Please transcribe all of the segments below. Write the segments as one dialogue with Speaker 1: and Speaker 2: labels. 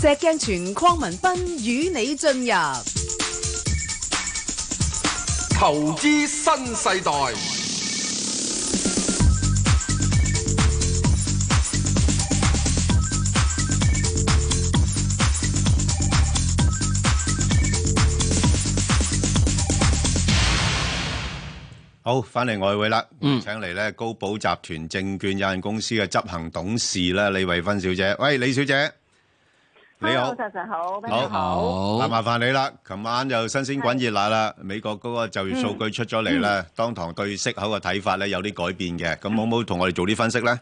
Speaker 1: 石鏡泉鄺民彬與你進入
Speaker 2: 投資新世代。
Speaker 3: 好，翻嚟外匯啦，請嚟咧高寶集團證券有限公司嘅執行董事啦，李慧芬小姐。喂，李小姐，你好
Speaker 4: Hello，石 Sir 好，大
Speaker 3: 好
Speaker 4: 家好。
Speaker 3: 嗱，麻煩你啦。琴晚就新鮮滾熱辣啦，美國嗰個就業數據出咗嚟啦，當堂對息口嘅睇法咧有啲改變嘅。咁好唔好同我哋做啲分析咧？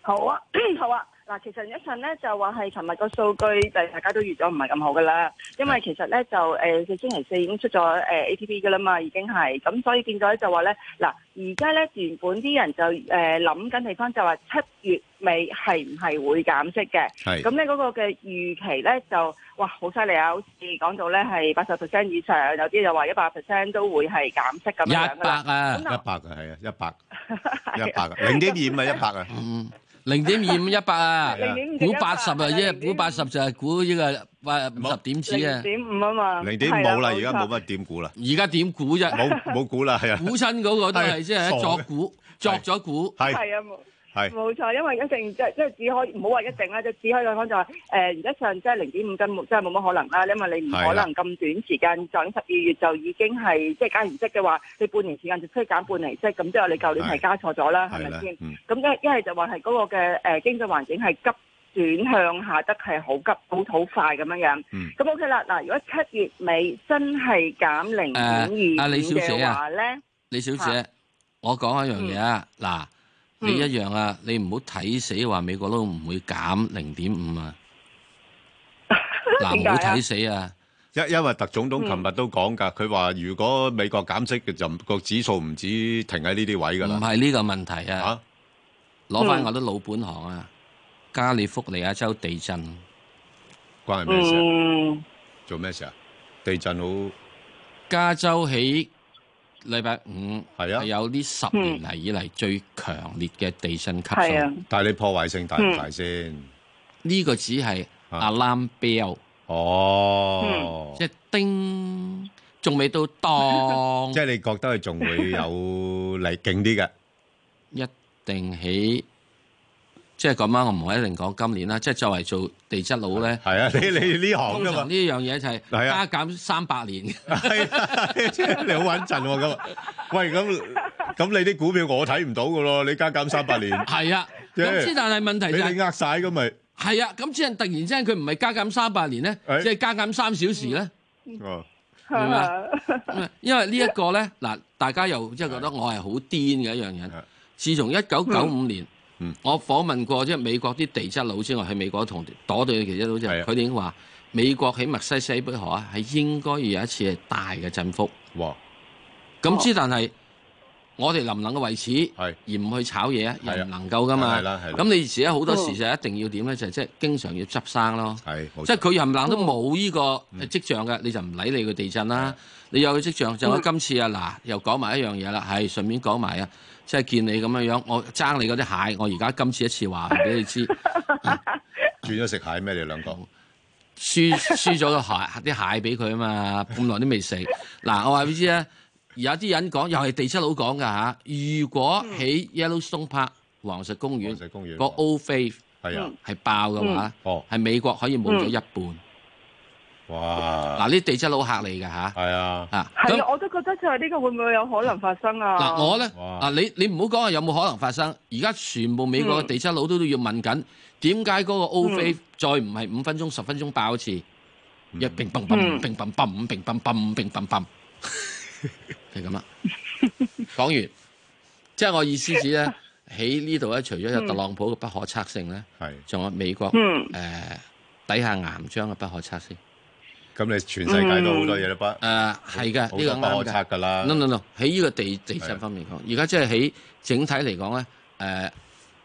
Speaker 4: 好啊， 好啊。嗱，其實一陣咧就話係尋日個數據就大家都預咗唔係咁好噶啦，因為其實咧就誒佢星期四已經出咗誒 ATP 噶啦嘛，已經係咁，所以變咗咧就話咧嗱，而家咧原本啲人就誒諗緊地方就話七月尾係唔係會減息嘅？
Speaker 3: 係
Speaker 4: 咁咧嗰個嘅預期咧就哇好犀利啊！好似講到咧係八十 percent 以上，有啲就話一百 percent 都會係減息咁樣噶啦。
Speaker 5: 100啊，
Speaker 4: 咁
Speaker 3: 一百嘅係啊，一百 一百嘅零點二咪一百啊，
Speaker 5: 嗯，0.25 100啊，
Speaker 4: 0.25
Speaker 5: 估80啊，
Speaker 4: 係啊，
Speaker 5: 一日估
Speaker 4: 0.25
Speaker 5: 80就係估呢個，哇，50點子
Speaker 4: 零
Speaker 5: 啊。
Speaker 4: 點五啊嘛，
Speaker 3: 零點五
Speaker 4: 係
Speaker 3: 冇啦，
Speaker 4: 啊
Speaker 3: 而家
Speaker 4: 錯
Speaker 3: 冇乜點估啦，
Speaker 5: 而家點估啫？
Speaker 3: 冇冇估啦，係啊，
Speaker 5: 估親嗰個都係，
Speaker 3: 係，
Speaker 5: 即係
Speaker 3: 傻嘅。
Speaker 5: 作估，作咗估。
Speaker 3: 係
Speaker 4: 係啊冇。
Speaker 3: 係
Speaker 4: 冇錯，因為一定即係即係只可以唔好話一定啦，就只可以講就話誒而家上即係零點五斤，真係冇乜可能啦，因為你唔可能咁短時間上十二月就已經係即係加完息嘅話，你半年時間就即係減半厘息，咁即係你舊年係加錯咗啦，係
Speaker 3: 係
Speaker 4: 咪
Speaker 3: 啦
Speaker 4: 先，？
Speaker 3: 嗯
Speaker 4: 咁一一係就話係嗰個嘅呃誒經濟環境係急轉向下得係好急好好快咁樣樣
Speaker 3: 嗯。
Speaker 4: 咁 OK 啦，嗱，如果七月尾真係減零點二
Speaker 5: 誒阿李小姐
Speaker 4: 嘅
Speaker 5: 啊
Speaker 4: 話咧，
Speaker 5: 李小姐，我講一樣嘢啊，嗱，
Speaker 4: 嗯。
Speaker 5: 你一樣啊，你唔好睇死話美國佬唔會減0.5啊。嗱，
Speaker 4: 點解啊？
Speaker 5: 唔好睇死啊。
Speaker 3: 因因為特總統琴日都講㗎，佢話如果美國減息嘅就唔個指數唔止停喺呢啲位㗎啦，
Speaker 5: 唔係呢個問題啊，
Speaker 3: 嚇
Speaker 5: 攞翻
Speaker 4: 嗯
Speaker 5: 我啲老本行啊，加利福尼亞州地震，
Speaker 3: 關係咩事啊？
Speaker 4: 嗯。
Speaker 3: 做咩事啊？地震好。
Speaker 5: 加州喺禮拜五
Speaker 3: 係啊
Speaker 5: 係有呢十年嚟以嚟最強烈嘅地震級
Speaker 4: 嗯係啊
Speaker 5: 數，，
Speaker 3: 但係你破壞性大唔大先？
Speaker 5: 呢個只係
Speaker 3: 啊
Speaker 5: alarm bell，
Speaker 3: 哦，
Speaker 5: 即係叮，仲未到當
Speaker 3: 即，係你覺得佢仲會有力勁啲嘅？
Speaker 5: 一定喺。即係咁啊！我唔可以一定講今年啦，即係作為做地質佬咧，
Speaker 3: 係啊，你你呢行
Speaker 5: 通
Speaker 3: 噶
Speaker 5: 常
Speaker 3: 嘛？
Speaker 5: 呢樣嘢就係
Speaker 3: 係啊
Speaker 5: 加減三百 年。
Speaker 3: 係啊， 即係你好穩陣喎咁啊。喂，咁咁你啲股票我睇唔到噶咯？你加減三 百年，
Speaker 5: 係啊，
Speaker 3: 即係
Speaker 5: 咁之但係問題
Speaker 3: 俾
Speaker 5: 就係
Speaker 3: 你呃晒咁咪？
Speaker 5: 係啊，咁只係突然之間佢唔係加減三百年咧，
Speaker 3: 誒
Speaker 5: 即係加減三小時咧，
Speaker 3: 哦，
Speaker 5: 係咪咁啊 因為呢一個咧，嗱，大家又即係覺得我係好癲嘅一樣人
Speaker 3: 係。
Speaker 5: 自從一九九五年
Speaker 3: 嗯，
Speaker 5: 我訪問過即係美國啲地質佬之外，去美國同躲對嘅地質佬之後，
Speaker 3: 係啊
Speaker 5: 佢哋已經話美國喺墨西西比河啊，係應該要有一次係大嘅
Speaker 3: 哦
Speaker 5: 振幅。
Speaker 3: 哇，
Speaker 5: 咁之但係我哋能唔能夠為此
Speaker 3: 係
Speaker 5: 而唔去炒嘢啊？
Speaker 3: 係啊
Speaker 5: 又唔能夠噶嘛。
Speaker 3: 係啦係啦
Speaker 5: 咁你而家好多時就一定要點咧，就係即係經常要執生咯。
Speaker 3: 係冇
Speaker 5: 即係
Speaker 3: 錯，
Speaker 5: 佢冚唪唥都冇呢個
Speaker 3: 嗯
Speaker 5: 跡象嘅，你就唔理你個地震啦。你有個跡象就我今次啊，嗱又講埋一樣嘢啦，係順便講埋啊，即係見你咁樣樣，我爭你嗰啲蟹，我而家今次一次話唔俾你知，
Speaker 3: 轉咗食蟹咩？你兩個
Speaker 5: 輸輸咗個蟹啲蟹俾佢啊嘛，咁耐都未食。嗱，我話俾你知啊，有啲人講又係地質佬講㗎嚇，如果喺 Yellowstone Park 黃石公園
Speaker 3: 黃石公園
Speaker 5: 個 Old Faith
Speaker 3: 係啊，
Speaker 5: 係爆嘅話，
Speaker 3: 哦，
Speaker 5: 係美國可以冇咗一半。
Speaker 3: 哇，啊
Speaker 5: 嗱，呢地質佬嚇你㗎嚇，
Speaker 3: 係啊，
Speaker 5: 啊咁
Speaker 4: 係啊，我都覺得就係呢個會唔會有可能發生啊？
Speaker 5: 嗱，我咧
Speaker 3: 哇
Speaker 5: 啊，你你唔好講話有冇可能發生，而家全部美
Speaker 4: 嗯
Speaker 5: 國嘅地質佬都都要問緊，點解嗰個 O 飛再唔係五分鐘、十分鐘爆一次，一乒乓乓、
Speaker 4: 嗯
Speaker 5: 乒乓乓、乒乓乓、乒乓 乓，就係咁 啦。講完，即係我意思
Speaker 4: 嗯
Speaker 5: 指咧，喺呢度咧，除咗有特朗普嘅不可測性咧，
Speaker 3: 係。
Speaker 5: 仲有美國
Speaker 4: 嗯
Speaker 5: 誒底下岩漿嘅不可測性。
Speaker 3: 咁你全世界都好多嘢都不
Speaker 5: 誒係嘅，呢個
Speaker 3: 好多不
Speaker 5: 啱
Speaker 3: 可
Speaker 5: 嘅。
Speaker 3: 測㗎啦。
Speaker 5: no no no，喺呢個地地
Speaker 3: 啊係啊
Speaker 5: 震方面講，而家即係喺整體嚟講咧，誒、呃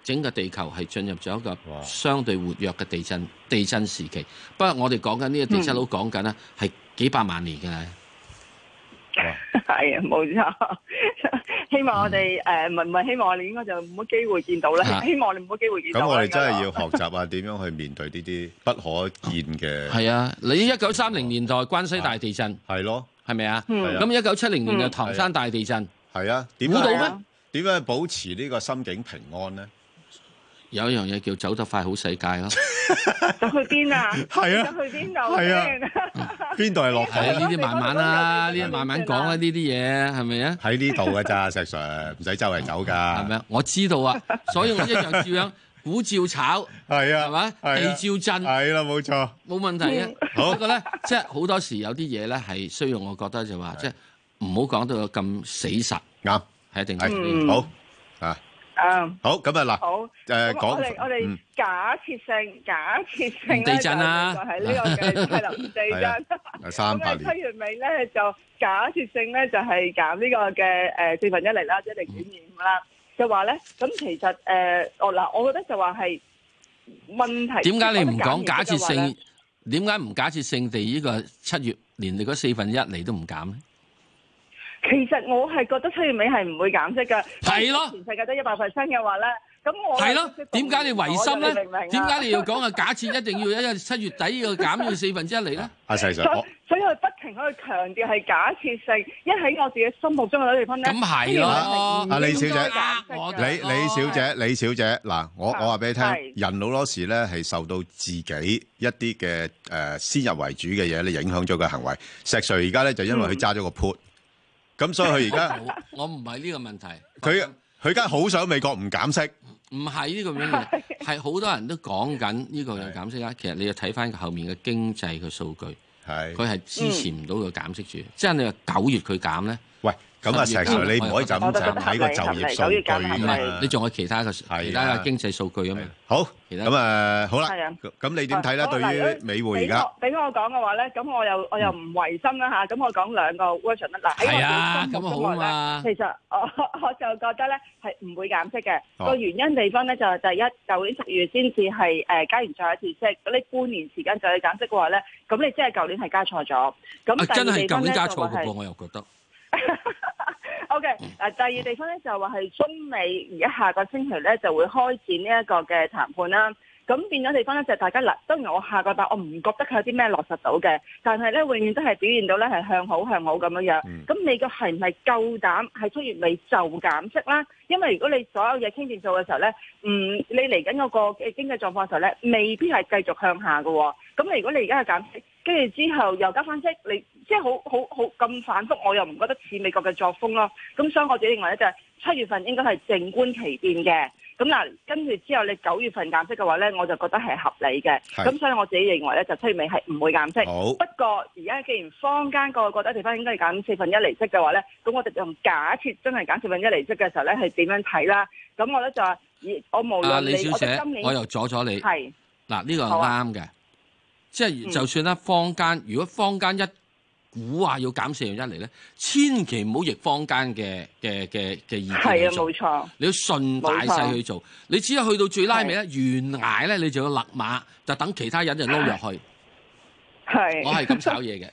Speaker 5: 整個地球係進入咗一個
Speaker 3: 哇
Speaker 5: 相對活躍嘅地震地震時期。不過我哋講緊呢個地震佬
Speaker 3: 嗯
Speaker 5: 講緊咧
Speaker 3: 啊
Speaker 5: 係幾百萬年嘅，
Speaker 3: 哇
Speaker 4: 係啊，冇錯。 希望我哋
Speaker 3: 嗯
Speaker 4: 誒唔係唔係希望我哋應該就冇乜機會見到啦
Speaker 5: 啊，
Speaker 4: 希望我哋冇乜機會見到啦。
Speaker 3: 咁我哋真係
Speaker 4: 應該
Speaker 3: 要學習啊，點樣去面對呢啲不可見嘅
Speaker 5: 係啊，你一九三零年代關西大地震
Speaker 3: 係咯，
Speaker 5: 係咪啊？
Speaker 4: 嗯
Speaker 3: 係啊
Speaker 5: 咁一九七零年就唐山大地震，
Speaker 3: 係啊，點
Speaker 5: 估到
Speaker 3: 樣
Speaker 5: 咩？
Speaker 3: 點樣保持呢個心境平安咧？
Speaker 5: 有一樣嘢叫走得快好世 界
Speaker 3: 啊
Speaker 5: 咯，
Speaker 4: 走去邊啊？
Speaker 3: 係啊
Speaker 4: 走去邊度
Speaker 3: 係啊
Speaker 4: 先？
Speaker 3: 邊度係落
Speaker 5: 係啊
Speaker 3: 台？
Speaker 5: 呢啲慢慢啦，呢啲慢慢講啦，
Speaker 3: 啊
Speaker 5: 呢啲嘢係咪啊？
Speaker 3: 喺呢度㗎咋，石 Sir 唔使周圍走㗎。
Speaker 5: 係咪啊？我知道啊，所以我一樣照樣 股照炒，
Speaker 3: 係啊，
Speaker 5: 係嘛？
Speaker 3: 係啊，
Speaker 5: 地照震。
Speaker 3: 係啦，冇錯。
Speaker 5: 冇問題嘅。
Speaker 3: 好
Speaker 5: 不過咧，即係好多時有啲嘢咧係需要，我覺得就話即係唔好講到咁死實，
Speaker 3: 啱，
Speaker 5: 係一定
Speaker 3: 係，
Speaker 5: 要
Speaker 4: 嗯。
Speaker 3: 好，啊，好，咁啊，嗱，
Speaker 4: 啊，好。
Speaker 3: 誒，
Speaker 4: 咁
Speaker 3: 講-
Speaker 4: 我哋我
Speaker 3: 嗯，
Speaker 4: 哋假設性假設性
Speaker 5: 地震啊
Speaker 4: 咧就係呢個嘅係林地
Speaker 3: 係啊
Speaker 4: 震。咁
Speaker 3: 三百
Speaker 4: 咧
Speaker 3: 年，
Speaker 4: 七月尾咧就假設性咧就係減呢個嘅誒四分一嚟啦，即係零點二五啦。就話咧，咁其實誒，我嗱，我覺得就話係問題。
Speaker 5: 點解你唔講假設
Speaker 4: 我覺得減息嘅話呢
Speaker 5: 性？點解唔假設性地呢個七月連你嗰四分一你都唔減咧？
Speaker 4: 其實我係覺得七月尾係唔會減息㗎。
Speaker 5: 係咯
Speaker 4: 全世界得一百 percent 嘅話咧，咁我
Speaker 5: 係咯，點解你違心咧
Speaker 4: 我就明唔明啊？？
Speaker 5: 點解你要講啊？假設一定要一日七月底要減要四分之一嚟咧？
Speaker 3: 阿細 Sir，
Speaker 4: 所以
Speaker 3: 我-
Speaker 4: 所以佢不停喺度強調係假設性，一喺我自己心目中嘅嗰地方咧，
Speaker 5: 咁係咯，
Speaker 3: 阿李小姐
Speaker 5: 呃我
Speaker 3: 李-李小姐-李小姐，嗱，我-
Speaker 4: 啊，
Speaker 3: 我話俾你聽，
Speaker 4: 係。
Speaker 3: 人好多時呢，係受到自己一啲嘅，誒，先入為主嘅嘢呢，影響咗佢行為。石 Sir 而家呢，就因為佢揸咗個put，咁所以佢而家-
Speaker 5: 我唔係呢個問題。
Speaker 3: 佢-佢而家好想美國唔減息。
Speaker 5: 唔係呢個 咁樣嘅，係好多人都講緊呢個嘅減息啦。其實你要睇翻佢後面嘅經濟嘅數據，佢係支持唔到佢減息
Speaker 3: 嗯
Speaker 5: 住。即係你話九月佢減咧，
Speaker 3: 喂，咁啊，
Speaker 5: 十月
Speaker 3: 石 Sir，
Speaker 5: 減，
Speaker 3: 你唔可以就咁
Speaker 4: 我覺得
Speaker 3: 就咁
Speaker 4: 都
Speaker 3: 睇個
Speaker 4: 合理，
Speaker 3: 就業
Speaker 4: 合理，
Speaker 3: 數
Speaker 4: 九月減，
Speaker 3: 據㗎嘛。
Speaker 4: 合理。
Speaker 5: 你仲有其他嘅其他嘅經濟數據啊嘛？
Speaker 3: 好，
Speaker 5: 其他-
Speaker 3: 咁啊，好啦，
Speaker 4: 係啊。
Speaker 3: 咁你點睇呢？
Speaker 4: 好，
Speaker 3: 對於
Speaker 4: 嗱，如果
Speaker 3: 美匯而家？
Speaker 4: 俾我俾我講嘅話咧，咁我又我又唔違心啦吓，咁我講兩個 version 啦。嗱，喺
Speaker 5: 嗯係啊
Speaker 4: 我自己心目中
Speaker 5: 咁好啊嘛
Speaker 4: 呢其實我 我就覺得咧係唔會減息嘅。
Speaker 3: 哦
Speaker 4: 個原因地方咧就係第一，舊年十月先至係誒加完最後一次息，咁你半年時間就去減息嘅話咧，咁你即係舊年係加錯咗。
Speaker 5: 啊，
Speaker 4: 咁第
Speaker 5: 真
Speaker 4: 二地
Speaker 5: 係舊
Speaker 4: 方咧
Speaker 5: 年加
Speaker 4: 就
Speaker 5: 錯
Speaker 4: 話
Speaker 5: 嘅噃，
Speaker 4: 係。
Speaker 5: 我又覺得
Speaker 4: O K，嗱第二地方咧就話係中美而家下個星期咧就會開展呢一個嘅談判啦。咁變咗地方咧就係大家嗱，當然我下個禮拜我唔覺得佢有啲咩落實到嘅，但係咧永遠都係表現到咧係向好向好咁樣樣。
Speaker 3: 嗯
Speaker 4: 咁美國係唔係夠膽喺七月尾就減息啦？因為如果你所有嘢傾掂數嘅時候咧，嗯，你嚟緊嗰個嘅經濟狀況嘅時候咧，未必係繼續向下嘅喎、咁你如果你而家係減息，跟住之後又加翻息，你即係好好好咁反覆，我又唔覺得似美國嘅作風咯。咁所以我自己認為咧就係、七月份應該係靜觀其變嘅。咁嗱，跟住之後你九月份減息嘅話咧，我就覺得係合理嘅。
Speaker 3: 係
Speaker 4: 咁所以我自己認為咧就七月尾係唔會減息。
Speaker 3: 好。
Speaker 4: 不過而家既然坊間個個覺得地方應該係減四分一利息嘅話咧，咁我哋就用假設真係減四分一利息嘅時候咧，係點樣睇啦？咁我咧就話，以我無論
Speaker 5: 啊，李
Speaker 4: 你
Speaker 5: 小
Speaker 4: 我
Speaker 5: 姐
Speaker 4: 哋今，年
Speaker 5: 我又阻咗你。
Speaker 4: 係
Speaker 5: 嗱，呢個係
Speaker 4: 好啊
Speaker 5: 啱嘅，即
Speaker 4: 嗯
Speaker 5: 係就算咧坊間，如果坊間一估話要減四樣一嚟咧，千祈唔好逆坊間嘅嘅嘅嘅意見
Speaker 4: 係
Speaker 5: 去
Speaker 4: 啊，
Speaker 5: 做
Speaker 4: 冇錯，
Speaker 5: 你要順大勢去做，你只係去到最拉尾咧，懸崖咧，你就要勒馬，就等其他人就撈入去。
Speaker 4: 係
Speaker 5: 我係咁炒 嘢嘅，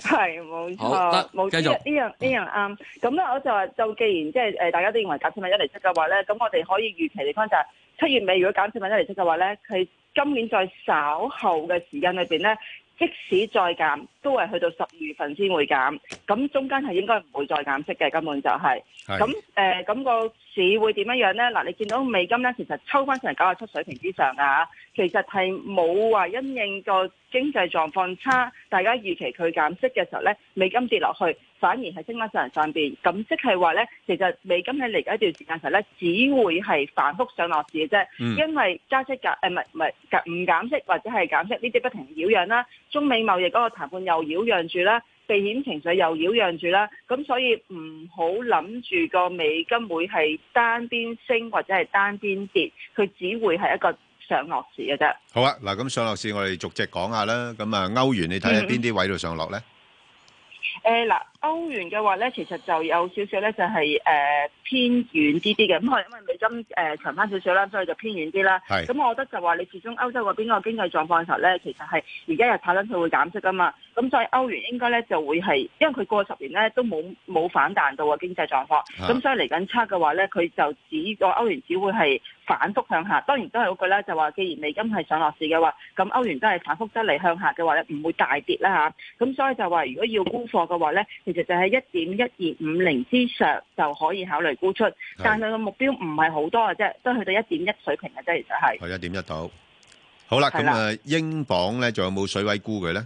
Speaker 4: 係冇錯，
Speaker 5: 好得
Speaker 4: 冇
Speaker 5: 繼
Speaker 4: 呢
Speaker 5: 續嗯
Speaker 4: 呢樣呢樣啱。咁咧，我就話就既然即係誒呃大家都認為減四分一利息嘅話咧，咁我哋可以預期地方就係七月尾如果減四分一利息嘅話咧，佢今年再稍後嘅時間裏邊咧，即使再減，都係去到十二月份先會減。咁中間係應該唔會再減息嘅，根本就係、
Speaker 3: 係。
Speaker 4: 咁誒，咁、個市會點樣樣咧？嗱，你見到美金咧，其實抽翻成九十七水平之上啊，其實係冇話因應個經濟狀況差，大家預期佢減息嘅時候咧，美金跌落去，反而係升翻上嚟上邊。咁即係話咧，其實美金喺嚟緊一段時間時候咧，只會係反覆上落市嘅啫。
Speaker 3: 嗯
Speaker 4: 因為加息減誒唔係唔係減唔減息或者係減息呢啲不停擾攘啦，中美貿易嗰個談判又擾攘住啦。避險情緒又擾攘住啦，咁所以唔好諗住個美金會係單邊升或者係單邊跌，佢只會係一個上落市嘅啫。
Speaker 3: 好啊，嗱，咁上落市我哋逐隻講下啦。咁啊，歐元你睇下邊啲位度上落咧？
Speaker 4: 呃誒嗱，歐元嘅話咧，其實就有少少咧，就係、誒、偏遠啲啲嘅。咁可能因為美金誒、長翻少少啦，所以就偏遠啲啦。
Speaker 3: 係
Speaker 4: 咁我覺得就話你始終歐洲嗰邊個經濟狀況嘅時候咧，其實係而家又睇緊佢會減息噶啊嘛。咁所以歐元應該咧就會係，因為佢過十年咧都冇冇反彈到啊經濟狀況。
Speaker 3: 嚇
Speaker 4: 咁所以嚟緊差嘅話咧，佢就只個歐元只會係反覆向下。當然都係嗰句啦，就話既然美金係上落市嘅話，咁歐元都係反覆得嚟向下嘅話咧，唔會大跌啦嚇。咁所以就話，如果要沽貨嘅話咧，其實就喺一點一二五零之上就可以考慮沽出，但係個目標唔係好多嘅啫，都去到一點一水平嘅啫，其實係。
Speaker 3: 係1.1度。好啦，
Speaker 4: 係啦。
Speaker 3: 咁，誒，英鎊呢，仲有冇水位沽佢呢？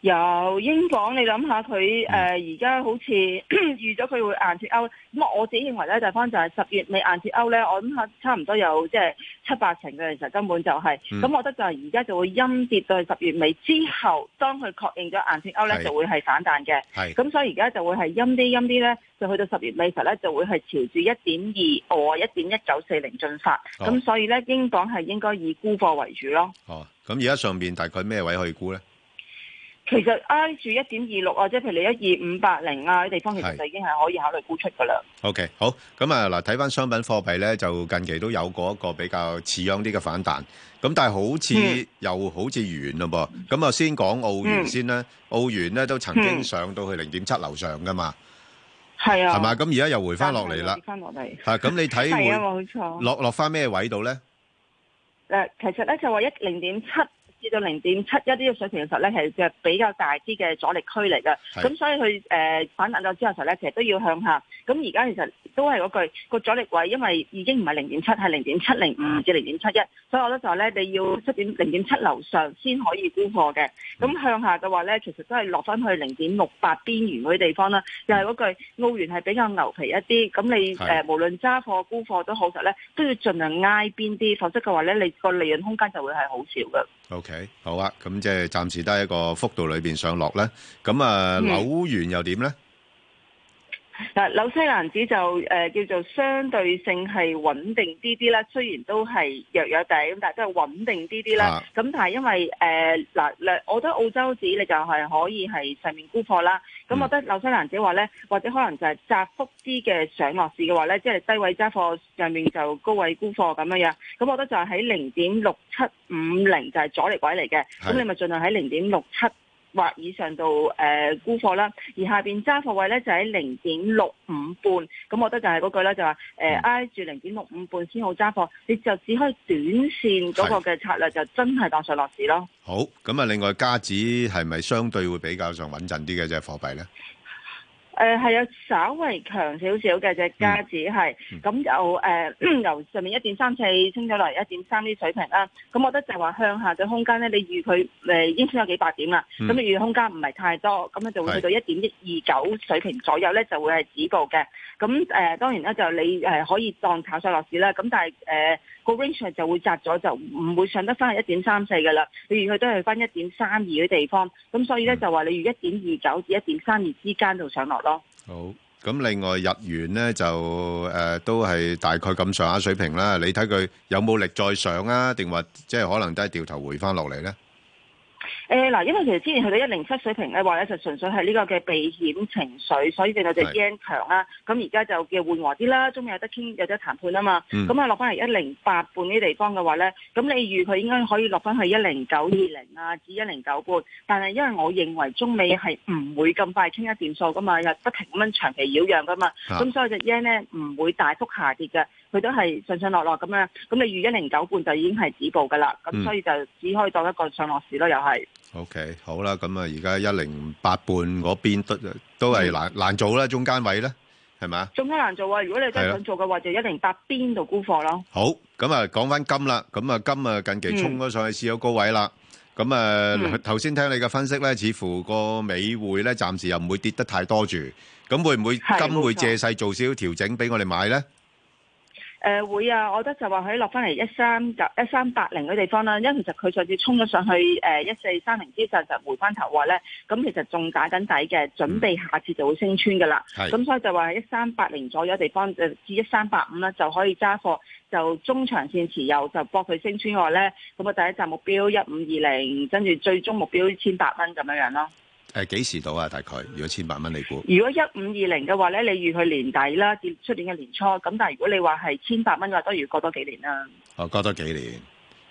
Speaker 4: 由英鎊你諗下
Speaker 3: 嗯
Speaker 4: 佢誒呃而家好似 預咗佢會硬脱歐，咁我自己認為咧就翻就係十月尾硬脱歐咧，我諗下差唔多有即係七八成嘅，其實根本就係、
Speaker 3: 嗯
Speaker 4: 咁、我覺得就係而家就會陰跌到去十月尾之後，當佢確認咗硬脱歐
Speaker 3: 係
Speaker 4: 咧，就會係反彈嘅。
Speaker 3: 係。
Speaker 4: 咁所以而家就會係陰啲陰啲咧，就去到十月尾時候咧，就會係朝住一點二哦或一點一九四零進發。
Speaker 3: 哦
Speaker 4: 咁、所以咧，英鎊係應該以沽貨為主咯。
Speaker 3: 哦，咁而家上面大概咩位可以沽呢？
Speaker 4: 其實挨住一點二六啊，即係譬如你一二五八零啊啲地方，其
Speaker 3: 係
Speaker 4: 實就已經係可以考慮沽出㗎啦。
Speaker 3: OK，好。咁啊，嗱，睇翻商品貨幣咧，就近期都有過一個比較似樣啲嘅反彈。咁但係好似、
Speaker 4: 嗯
Speaker 3: 又好似完咯噃。咁啊，先講澳元
Speaker 4: 嗯
Speaker 3: 先啦。澳元咧都曾經
Speaker 4: 嗯
Speaker 3: 上到去零點七樓上噶嘛，
Speaker 4: 係啊，
Speaker 3: 係嘛？咁而家又回翻落嚟啦
Speaker 4: 跌。翻落嚟。
Speaker 3: 嚇，咁你睇
Speaker 4: 係啊，
Speaker 3: 會
Speaker 4: 冇錯。
Speaker 3: 落落翻咩位度咧？
Speaker 4: 誒，其實咧就話一零點七至到零點七一呢個水平嘅時候咧，係就比較大啲嘅阻力區嚟嘅。
Speaker 3: 係
Speaker 4: 咁所以佢誒、呃反彈咗之後嘅時候咧，其實都要向下。咁而家其實都係嗰句個阻力位，因為已經唔係零點七，係零點七零五至零點七一，所以我覺得就係咧，你要七點零點七樓上先可以沽貨嘅。
Speaker 3: 嗯
Speaker 4: 咁向下嘅話咧，其實都係落翻去零點六八邊緣嗰啲地方啦。又係嗰句，澳元係比較牛皮一啲，咁你誒、
Speaker 3: 係
Speaker 4: 呃、無論揸貨沽貨都好實咧，都要盡量挨邊啲，否則嘅話咧，你個利潤空間就會係好少嘅。
Speaker 3: OK，好啊。咁即係暫時都係一個幅度裏邊上落啦。咁啊，
Speaker 4: 嗯
Speaker 3: 紐元又點咧？
Speaker 4: 嗱，紐西蘭紙就誒、呃叫做相對性係穩定啲啲啦，雖然都係弱弱地咁，但係都係穩定啲啲
Speaker 3: 啊
Speaker 4: 啦。咁、但係因為誒嗱、兩我覺得澳洲紙你就係可以係上面沽貨啦。咁
Speaker 3: 嗯
Speaker 4: 我覺得紐西蘭紙話咧，或者可能就係窄幅啲嘅上落市嘅話咧，即係低位揸貨，上面就高位沽貨咁樣樣。咁我覺得就係喺零點六七五零就係阻力位嚟嘅，
Speaker 3: 係
Speaker 4: 咁你咪盡量喺零點六七。或以上度誒、呃沽貨啦，而下邊揸貨位咧就喺零點六五半，咁我覺得就係嗰句啦，就話誒挨住零點六五半先好揸貨，你就只可以短線嗰個嘅策略就真係當上落市咯。
Speaker 3: 好。咁啊，另外加指係咪相對會比較上穩陣啲嘅啫貨幣咧？
Speaker 4: 誒呃係有稍微強少少嘅只加指係，咁就誒 由上面一點三四升咗落嚟一點三啲水平啦。咁我覺得就話向下嘅空間咧，你預佢誒已經升咗幾百點啦，
Speaker 3: 嗯
Speaker 4: 咁你預空間唔係太多，咁咧就會去到一點一二九水平左右咧就會係止步嘅。咁誒、呃、當然啦，就你誒、呃可以當炒上落市啦。咁但係誒、呃個 range 就會窄咗，就唔會上得翻去一點三四嘅啦。你預佢都係翻一點三二嘅地方，咁所以咧
Speaker 3: 嗯
Speaker 4: 就話你預一點二九至一點三二之間度上落咯。
Speaker 3: 好，咁另外日元咧就誒、呃都係大概咁上下水平啦。你睇佢有冇力再上啊？定話即係可能都係掉頭回翻落嚟咧？
Speaker 4: 誒嗱，因為其實之前去到一零七水平嘅話咧，就純粹係呢個嘅避險情緒，所以令到隻
Speaker 3: 係
Speaker 4: yen 強啦。咁而家就叫緩和啲啦，中美有得傾，有得談判啊嘛。
Speaker 3: 嗯
Speaker 4: 咁啊落翻嚟一零八半呢啲地方嘅話咧，咁你預佢應該可以落翻去一零九二零啊，至一零九半。但係因為我認為中美係唔會咁快傾一掂數噶嘛，又不停咁樣長期擾攘噶嘛，
Speaker 3: 啊
Speaker 4: 咁所以隻 yen 咧唔會大幅下跌嘅。佢都係上上落落咁樣，咁你預一零九半就已經係止步㗎啦，
Speaker 3: 嗯
Speaker 4: 咁所以就只可以當一個上落市咯，又係。
Speaker 3: OK，好啦，咁啊，而家一零八半嗰邊都都係難、難做啦，中間位咧係咪啊？
Speaker 4: 仲加難做啊！如果你真
Speaker 3: 係
Speaker 4: 係
Speaker 3: 啦
Speaker 4: 想做嘅話，就一零八邊度沽貨咯。
Speaker 3: 好，咁啊，講翻金啦，咁啊，金啊近期衝咗上去試咗高位啦。咁啊，
Speaker 4: 嗯
Speaker 3: 頭先聽你嘅分析咧，似乎個美匯咧暫時又唔會跌得太多住。咁會唔會
Speaker 4: 係
Speaker 3: 金
Speaker 4: 冇
Speaker 3: 會
Speaker 4: 錯
Speaker 3: 借勢做少少調整俾我哋買咧？
Speaker 4: 誒、會啊！我覺得就話佢落翻嚟一三九一三八零嘅地方啦，因為其實佢上次衝咗上去誒一四三零之上就回翻頭話咧，咁其實仲打緊底嘅，準備下次就會升穿㗎啦。
Speaker 3: 係
Speaker 4: 咁所以就話一三八零左右地方誒至一三八五啦，就可以揸貨，就中長線持有，就搏佢升穿嘅話咧，咁啊第一站目標一五二零，跟住最終目標千八蚊咁樣樣咯。
Speaker 3: 誒，誒幾時到啊？大概如果千八蚊你估？
Speaker 4: 如果一五二零嘅話咧，你預佢年底啦，至出年嘅年初。咁但係如果你話係千八蚊嘅話，都要過多幾年啦。
Speaker 3: 哦，過多幾年。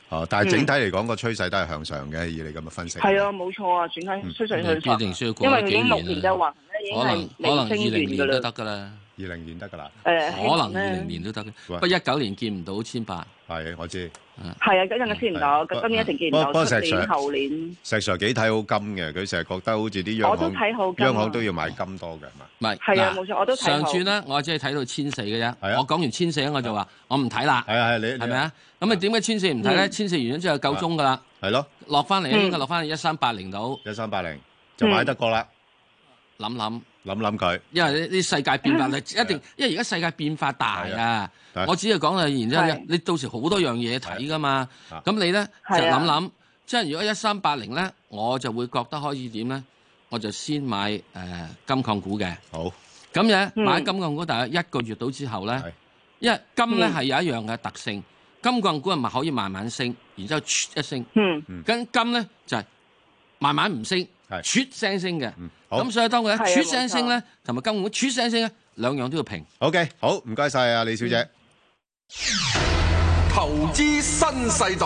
Speaker 3: 哦，但係整體嚟講個趨勢都係向上嘅，以你咁嘅分析。
Speaker 4: 係啊，冇錯啊，轉緊趨勢向
Speaker 5: 嗯必
Speaker 4: 上
Speaker 5: 定需要過
Speaker 4: 因為
Speaker 5: 咗
Speaker 4: 佢已
Speaker 5: 幾
Speaker 4: 經六年
Speaker 5: 年
Speaker 4: 嘅
Speaker 5: 啦。
Speaker 4: 橫行咧，已經
Speaker 5: 可能可能
Speaker 4: 係
Speaker 5: 二零
Speaker 4: 未
Speaker 5: 年
Speaker 4: 升
Speaker 5: 都
Speaker 4: 完㗎啦。
Speaker 5: 得㗎啦，
Speaker 3: 二零年得㗎啦，
Speaker 4: 誒，希
Speaker 5: 可
Speaker 4: 望
Speaker 5: 能
Speaker 4: 咧
Speaker 5: 二零年都得嘅。
Speaker 3: 喂
Speaker 5: 不過一九年見唔到千八，
Speaker 3: 係我知。
Speaker 4: 係啊，今日先唔
Speaker 5: 嗯
Speaker 4: 到，今年一定見
Speaker 3: 不
Speaker 4: 唔
Speaker 3: 不
Speaker 4: 到，
Speaker 3: 過
Speaker 4: 出
Speaker 3: 石 Sir，
Speaker 4: 年後年。
Speaker 3: 石 Sir 幾睇好金嘅，佢成日覺得好似啲央
Speaker 4: 我都
Speaker 3: 行
Speaker 4: 睇好金啊
Speaker 3: 央行都要買金多嘅，係嘛？
Speaker 5: 唔係
Speaker 4: 係啊
Speaker 5: 嗱
Speaker 4: 冇錯我都睇
Speaker 5: 上
Speaker 4: 好
Speaker 5: 轉咧，我只係睇到千四嘅啫。
Speaker 3: 係啊
Speaker 5: 我講完千四咧，我就話我唔睇啦，
Speaker 3: 係啊係你
Speaker 5: 係咪？啊？咁啊點解千四唔睇咧？千四完咗之後夠鐘㗎啦，
Speaker 3: 係咯，
Speaker 5: 落翻嚟
Speaker 4: 嗯
Speaker 5: 應該落翻去一三八零度
Speaker 3: 一三八零就買得過啦，
Speaker 5: 諗諗。
Speaker 3: 諗諗佢。
Speaker 5: 因為呢啲世界變 化，你
Speaker 4: 啊
Speaker 5: 一定，因為而家世界變化大
Speaker 3: 係
Speaker 5: 啊
Speaker 3: 係！
Speaker 5: 我只係講啦，然之後
Speaker 4: 係
Speaker 5: 你到時好多樣嘢睇噶嘛
Speaker 3: 係啊，
Speaker 5: 咁你咧就
Speaker 4: 係啊
Speaker 5: 諗諗，即係如果一三八零咧，我就會覺得可以點咧，我就先買誒金礦股嘅。
Speaker 3: 好，
Speaker 5: 咁咧
Speaker 4: 嗯
Speaker 5: 買金礦股大約一個月到之
Speaker 3: 係
Speaker 5: 後咧，因為金咧
Speaker 4: 嗯
Speaker 5: 係有一樣嘅特性，金礦股係咪可以慢慢升，然之後唰一升，
Speaker 4: 嗯，
Speaker 5: 跟金咧就係慢慢唔升，
Speaker 3: 係
Speaker 5: 唰聲升嘅。
Speaker 3: 嗯，好
Speaker 5: 咁所以當佢
Speaker 4: 係啊
Speaker 5: 一出聲聲咧，同埋金管出聲聲咧，兩樣都要平。
Speaker 3: ，OK，好，唔該晒啊，李小姐。
Speaker 2: 投資新世代，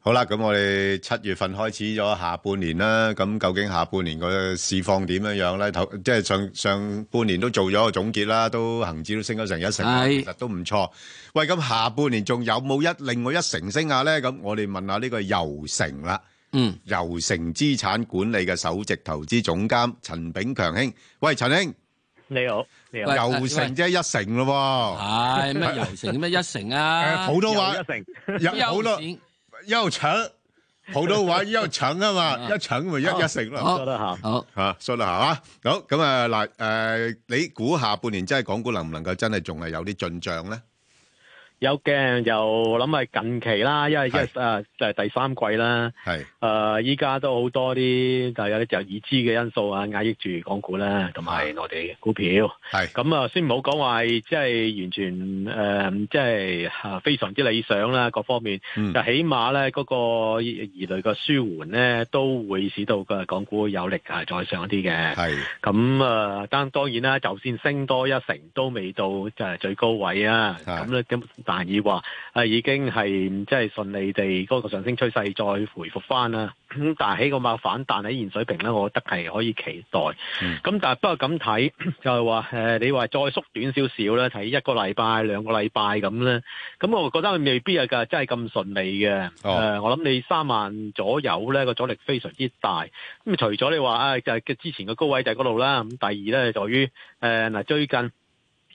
Speaker 3: 好啦，咁我哋七月份開始咗下半年啦，咁究竟下半年個市況點樣樣咧？頭即係上上半年都做咗個總結啦，都恒指都升咗成一成，
Speaker 5: 係
Speaker 3: 其實都唔錯。喂，咁下半年仲有冇一另外一成升下咧？咁我哋問下呢個油城啦，
Speaker 5: 嗯，
Speaker 3: 油城資產管理嘅首席投資總監陳炳強兄，喂，陳兄，
Speaker 6: 你好，你好
Speaker 5: 喂。
Speaker 3: 油城即係一成咯
Speaker 5: 係咩油 城咩一成啊？
Speaker 3: 喎，普通
Speaker 6: 又
Speaker 3: 話
Speaker 6: 一成，
Speaker 3: 有好
Speaker 5: 優
Speaker 3: 多
Speaker 5: 錢
Speaker 3: 又橙，普通話又橙啊嘛，一橙咪一一成咯。
Speaker 5: 好
Speaker 6: 覺得吓，
Speaker 5: 好
Speaker 3: 吓，蘇啦吓，好咁啊嗱，誒，你估下半年真係港股能唔能夠真係仲係有啲進漲咧？
Speaker 6: 有嘅又諗係近期啦，因為因為誒就係第三季啦，
Speaker 3: 係
Speaker 6: 誒依家都好多啲就有啲就已知嘅因素啊壓抑住港股啦，同埋內地股票。
Speaker 3: 係
Speaker 6: 咁啊，先唔好講話係即係完全誒、呃即係啊非常之理想啦，各方面。
Speaker 3: 嗯
Speaker 6: 就起碼咧，嗰、個疑慮嘅舒緩咧，都會使到個港股有力係再上一啲嘅。
Speaker 3: 係
Speaker 6: 咁啊，當當然啦，就算升多一成都未到就係最高位啊。
Speaker 3: 係
Speaker 6: 咁咧，咁但以話啊，已經係即係順利地嗰個上升趨勢再回復翻啦。咁但係起個碼反彈喺現水平咧，我覺得係可以期待。咁、
Speaker 3: 嗯
Speaker 6: 但係不過咁睇 就係話誒，你話再縮短少少咧，睇一個禮拜、兩個禮拜咁咧，咁我覺得未必係㗎，真係咁順利嘅。誒、
Speaker 3: 哦
Speaker 6: 呃我諗你三萬左右咧，個阻力非常之大。咁除咗你話啊，就係嘅之前嘅高位就係嗰度啦。咁第二咧，在於誒嗱最近。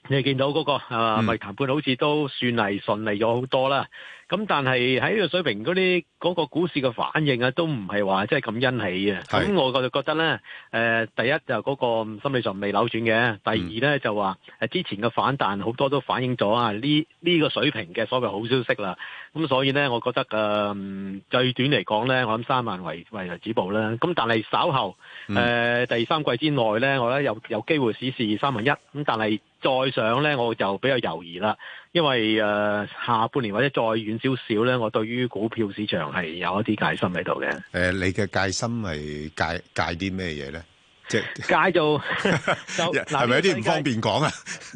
Speaker 6: 你見到嗰、個啊
Speaker 3: 嗯
Speaker 6: 咪談判好似都算係順利咗好多啦，咁但係喺呢個水平嗰啲嗰個股市嘅反應啊，都唔係話即係咁欣喜嘅。
Speaker 3: 係
Speaker 6: 咁我就覺得咧，誒、第一就嗰個心理上未扭轉嘅，
Speaker 3: 嗯
Speaker 6: 第二咧就話誒之前嘅反彈好多都反映咗啊呢呢個水平嘅所謂好消息啦。咁所以咧，我覺得誒、嗯最短嚟講咧，我諗三萬為為止步啦。咁但係稍後。誒、
Speaker 3: 嗯
Speaker 6: 呃第三季之內咧，我覺得有有機會試試三萬一，咁但係再上咧，我就比較猶豫啦，因為誒、呃下半年或者再遠少少咧，我對於股票市場係有一啲戒心喺 度嘅。
Speaker 3: 誒，你嘅戒心係戒戒啲咩嘢咧？即係
Speaker 6: 戒就 就
Speaker 3: 係咪有啲唔方？便講啊？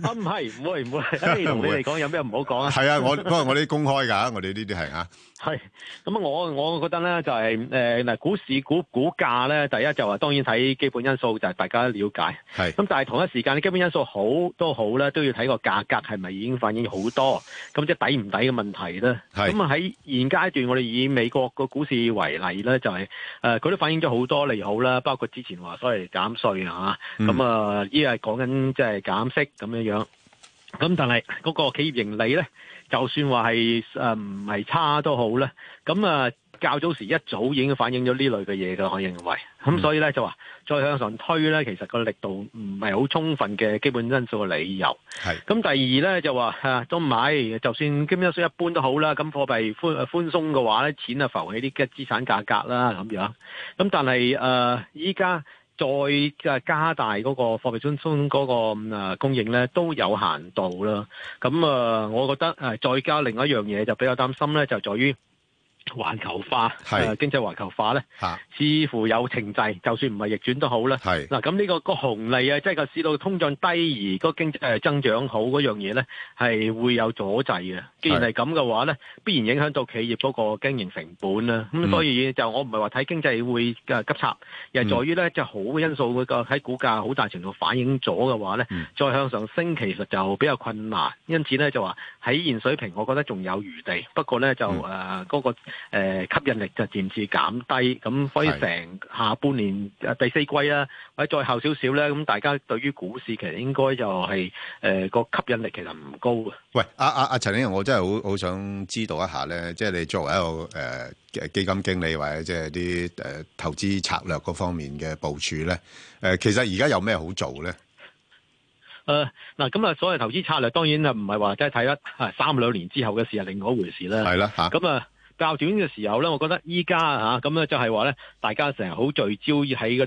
Speaker 6: 啊，唔係，唔會唔會，一定同你哋講有咩唔好講啊。
Speaker 3: 係啊，我不過我哋公開㗎，我哋呢啲係嚇，
Speaker 6: 係，咁啊我我覺得咧就係誒嗱，股市股股價咧，第一就話當然睇基本因素，就係大家了解。
Speaker 3: 係
Speaker 6: 咁但係同一時間，你基本因素好都好啦，都要睇個價格係咪已經反映好多，咁即係抵唔抵嘅問題啦。
Speaker 3: 係
Speaker 6: 咁啊喺現階段，我哋以美國個股市為例咧，就係誒佢都反映咗好多利好啦，包括之前話所謂減稅啊，
Speaker 3: 嗯
Speaker 6: 咁啊依係講緊即係減息咁樣樣。咁但係嗰個企業盈利咧，就算話係誒唔係差都好啦，咁啊較早時一早已經反映咗呢類嘅嘢㗎，我認為。咁所以咧就話再向上推咧，其實個力度唔係好充分嘅基本因素嘅理由。
Speaker 3: 係
Speaker 6: 咁第二咧就話啊，都唔係，就算基本因素一般都好啦。咁貨幣寬呃寬鬆嘅話咧，錢啊浮起啲嘅資產價格啦咁樣。咁但係誒，依、家再加大嗰個貨幣寬鬆嗰個誒供應咧，都有限度啦。咁啊，我覺得誒再加另外一樣嘢就比較擔心咧，就在於環球化，呃
Speaker 3: 係
Speaker 6: 誒經濟環球化咧，
Speaker 3: 嚇
Speaker 6: 似乎有停滯，就算唔係逆轉都好啦。
Speaker 3: 係
Speaker 6: 嗱，咁呢個個紅利啊，即係個市道通脹低而個經濟誒增長好嗰樣嘢咧，係會有阻滯嘅。既然係咁嘅話咧，必然影響到企業嗰個經營成本啦。咁
Speaker 3: 嗯
Speaker 6: 所以就我唔係話睇經濟會嘅急插，而係在於咧，即係好嘅因素會個喺股價好大程度反映咗嘅話咧
Speaker 3: 嗯，
Speaker 6: 再向上升其實就比較困難。因此咧就話喺現水平，我覺得仲有餘地。不過咧就
Speaker 3: 嗯
Speaker 6: 誒嗰個誒吸引力就漸次減低。咁所以
Speaker 3: 係
Speaker 6: 成下半年誒第四季啦。或者再後少少咧，咁大家對於股市其實應該就係誒個吸引力其實唔高嘅。
Speaker 3: 喂，阿阿阿陳英，我真係好好想知道一下咧，即係你作為一個誒、呃、基金經理或者即係啲誒投資策略嗰方面嘅部署咧，誒、其實而家有咩好做咧？
Speaker 6: 誒嗱，咁啊，所謂投資策略當然啊，唔係話即係睇得啊三兩年之後嘅事係另外一回事啦。
Speaker 3: 係啦嚇，
Speaker 6: 咁啊，較短嘅時候咧，我覺得依家啊，咁咧就係話咧，大家成日好聚焦喺嗰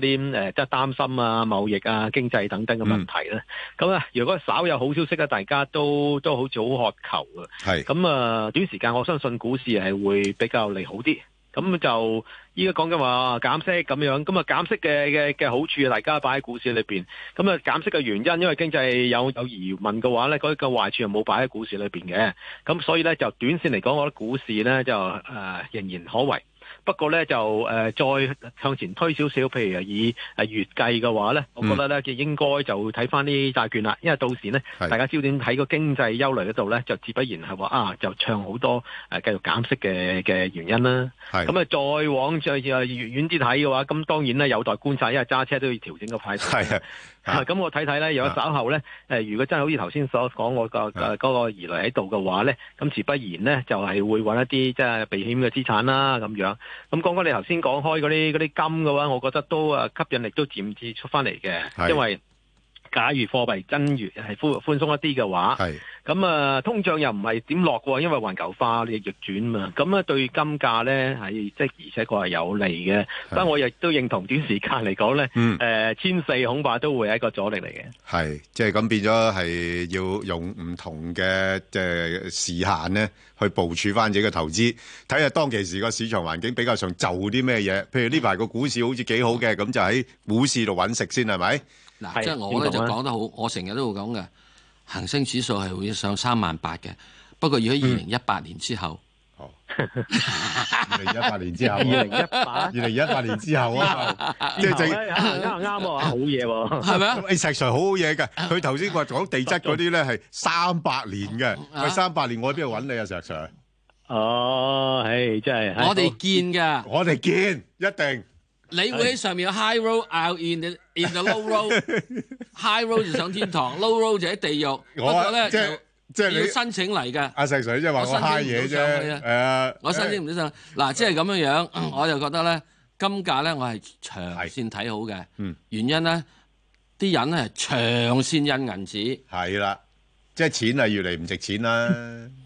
Speaker 6: 啲誒，即係擔心啊、貿易啊、經濟等等嘅問題咧。咁啊，如果稍有好消息咧，大家都都好似好渴求嘅。
Speaker 3: 係
Speaker 6: 咁啊，短時間我相信股市係會比較利好啲。咁就依家講緊話減息咁樣，咁啊減息嘅嘅嘅好處，大家擺喺股市裏邊。咁啊減息嘅原因，因為經濟有有疑問嘅話咧，嗰、個壞處又冇擺喺股市裏邊嘅。咁所以咧就短線嚟講，我覺得股市咧就誒、呃仍然可為。不過咧就誒、呃再向前推少少，譬如以誒月計嘅話咧，我覺得咧就應該就睇翻啲債券啦，因為到時咧
Speaker 3: 係
Speaker 6: 大家焦點喺個經濟憂慮嗰度咧，就自不然係話啊就唱好多誒、呃、繼續減息嘅嘅原因啦。
Speaker 3: 係
Speaker 6: 咁啊再往再再遠啲睇嘅話，咁當然咧有待觀察，因為揸車都要調整個派息。
Speaker 3: 係啊
Speaker 6: 啊咁我睇睇咧，有
Speaker 3: 啊
Speaker 6: 稍後咧，誒、如果真係好似頭先所講，我個
Speaker 3: 啊
Speaker 6: 誒嗰個疑慮喺度嘅話咧，咁自不然咧就係、會揾一啲即係避險嘅資產啦，咁樣。咁講講你頭先講開嗰啲嗰啲金嘅話，我覺得都誒吸引力都漸至出翻嚟
Speaker 3: 係
Speaker 6: 嘅，因為假如貨幣真如係寬寬鬆一啲嘅話。
Speaker 3: 係
Speaker 6: 咁啊，通脹又唔係點落喎，因為環球化你逆轉嘛。咁啊，對金價咧係即係而且確係有利嘅。不過我亦都認同短時間嚟講咧，誒、
Speaker 3: 嗯
Speaker 6: 千四恐怕都會係一個阻力嚟嘅。
Speaker 3: 係，即係咁變咗係要用唔同嘅即係時限咧，去部署翻自己嘅投資，睇下當其時個市場環境比較上就啲咩嘢。譬如呢排個股市好似幾好嘅，咁就喺股市度揾食先係咪？
Speaker 5: 嗱，
Speaker 6: 係
Speaker 5: 即係我咧
Speaker 6: 認
Speaker 5: 就
Speaker 6: 同啊
Speaker 5: 講得好，我成日都會講嘅，恒生指數係會上三萬八嘅，不過要
Speaker 3: 嗯
Speaker 5: 喺二零一八年之 後。
Speaker 3: 哦，二零一八年之後，
Speaker 6: 二零一八
Speaker 3: 二，零一八年之後 啊，即係
Speaker 6: 啱
Speaker 3: 正。
Speaker 6: 啱啱啱喎，好嘢喎。
Speaker 5: 係咪啊？
Speaker 3: 誒石 Sir 好好嘢嘅，佢頭先話講地質嗰啲咧係三百年嘅，
Speaker 5: 啊
Speaker 3: 喂三百年我喺邊度揾你啊石 Sir？
Speaker 6: 哦，唉，真係。唉
Speaker 5: 我哋見㗎，
Speaker 3: 我哋見一定
Speaker 5: 你會喺上面有 high road out in the in the low road，high road 就上天堂，low road 就喺地獄。不過
Speaker 3: 我啊
Speaker 5: 咧
Speaker 3: 即係
Speaker 5: 就
Speaker 3: 即係
Speaker 5: 要
Speaker 3: 你啊
Speaker 5: 申請嚟㗎。
Speaker 3: 阿石 Sir 即係話我嗨嘢啫，
Speaker 5: 我申請唔
Speaker 3: 誒
Speaker 5: 到上去我申請唔到上。嗱，即係咁樣
Speaker 3: 嗯
Speaker 5: 樣，我就覺得咧，金價咧我係長線睇好嘅。
Speaker 3: 嗯
Speaker 5: 原因咧，啲人咧係長線印銀紙，
Speaker 3: 係啦，即係錢係越嚟唔值錢 啦，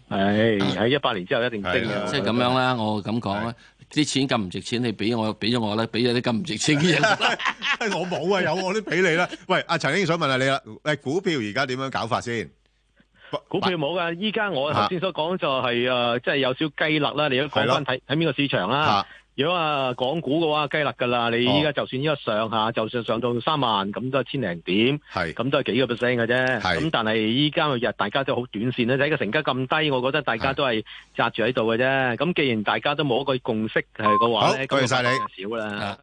Speaker 6: 唉，喺一八年之後一定升
Speaker 3: 係啊
Speaker 6: 嘅。
Speaker 5: 即係咁樣啦。我咁講啦，啲錢咁唔值錢，你俾我，俾咗我咧，俾咗啲咁唔值錢嘅 人。
Speaker 3: 我冇啊，有我都俾你啦。喂，阿陳英想問下你啦，誒股票而家點樣搞法先？
Speaker 6: 股票冇㗎，依家我頭先所講就係誒，即係有少雞肋啦。你都
Speaker 3: 係
Speaker 6: 講
Speaker 3: 咯
Speaker 6: 翻睇睇邊個市場啦。
Speaker 3: 嚇
Speaker 6: 如果啊港股嘅話，雞肋㗎啦，你依家就算依家上下，就算上到三萬，咁都係千零點，
Speaker 3: 係
Speaker 6: 咁都係幾個 percent 嘅啫。
Speaker 3: 係
Speaker 6: 咁但係依家嘅日，大家都好短線咧，睇個成交咁低，我覺得大家
Speaker 3: 係
Speaker 6: 都係扎住喺度嘅啫。咁既然大家都冇一個共識係嘅話
Speaker 3: 好
Speaker 6: 咧，
Speaker 3: 多謝晒你啊
Speaker 6: 咁就少啦。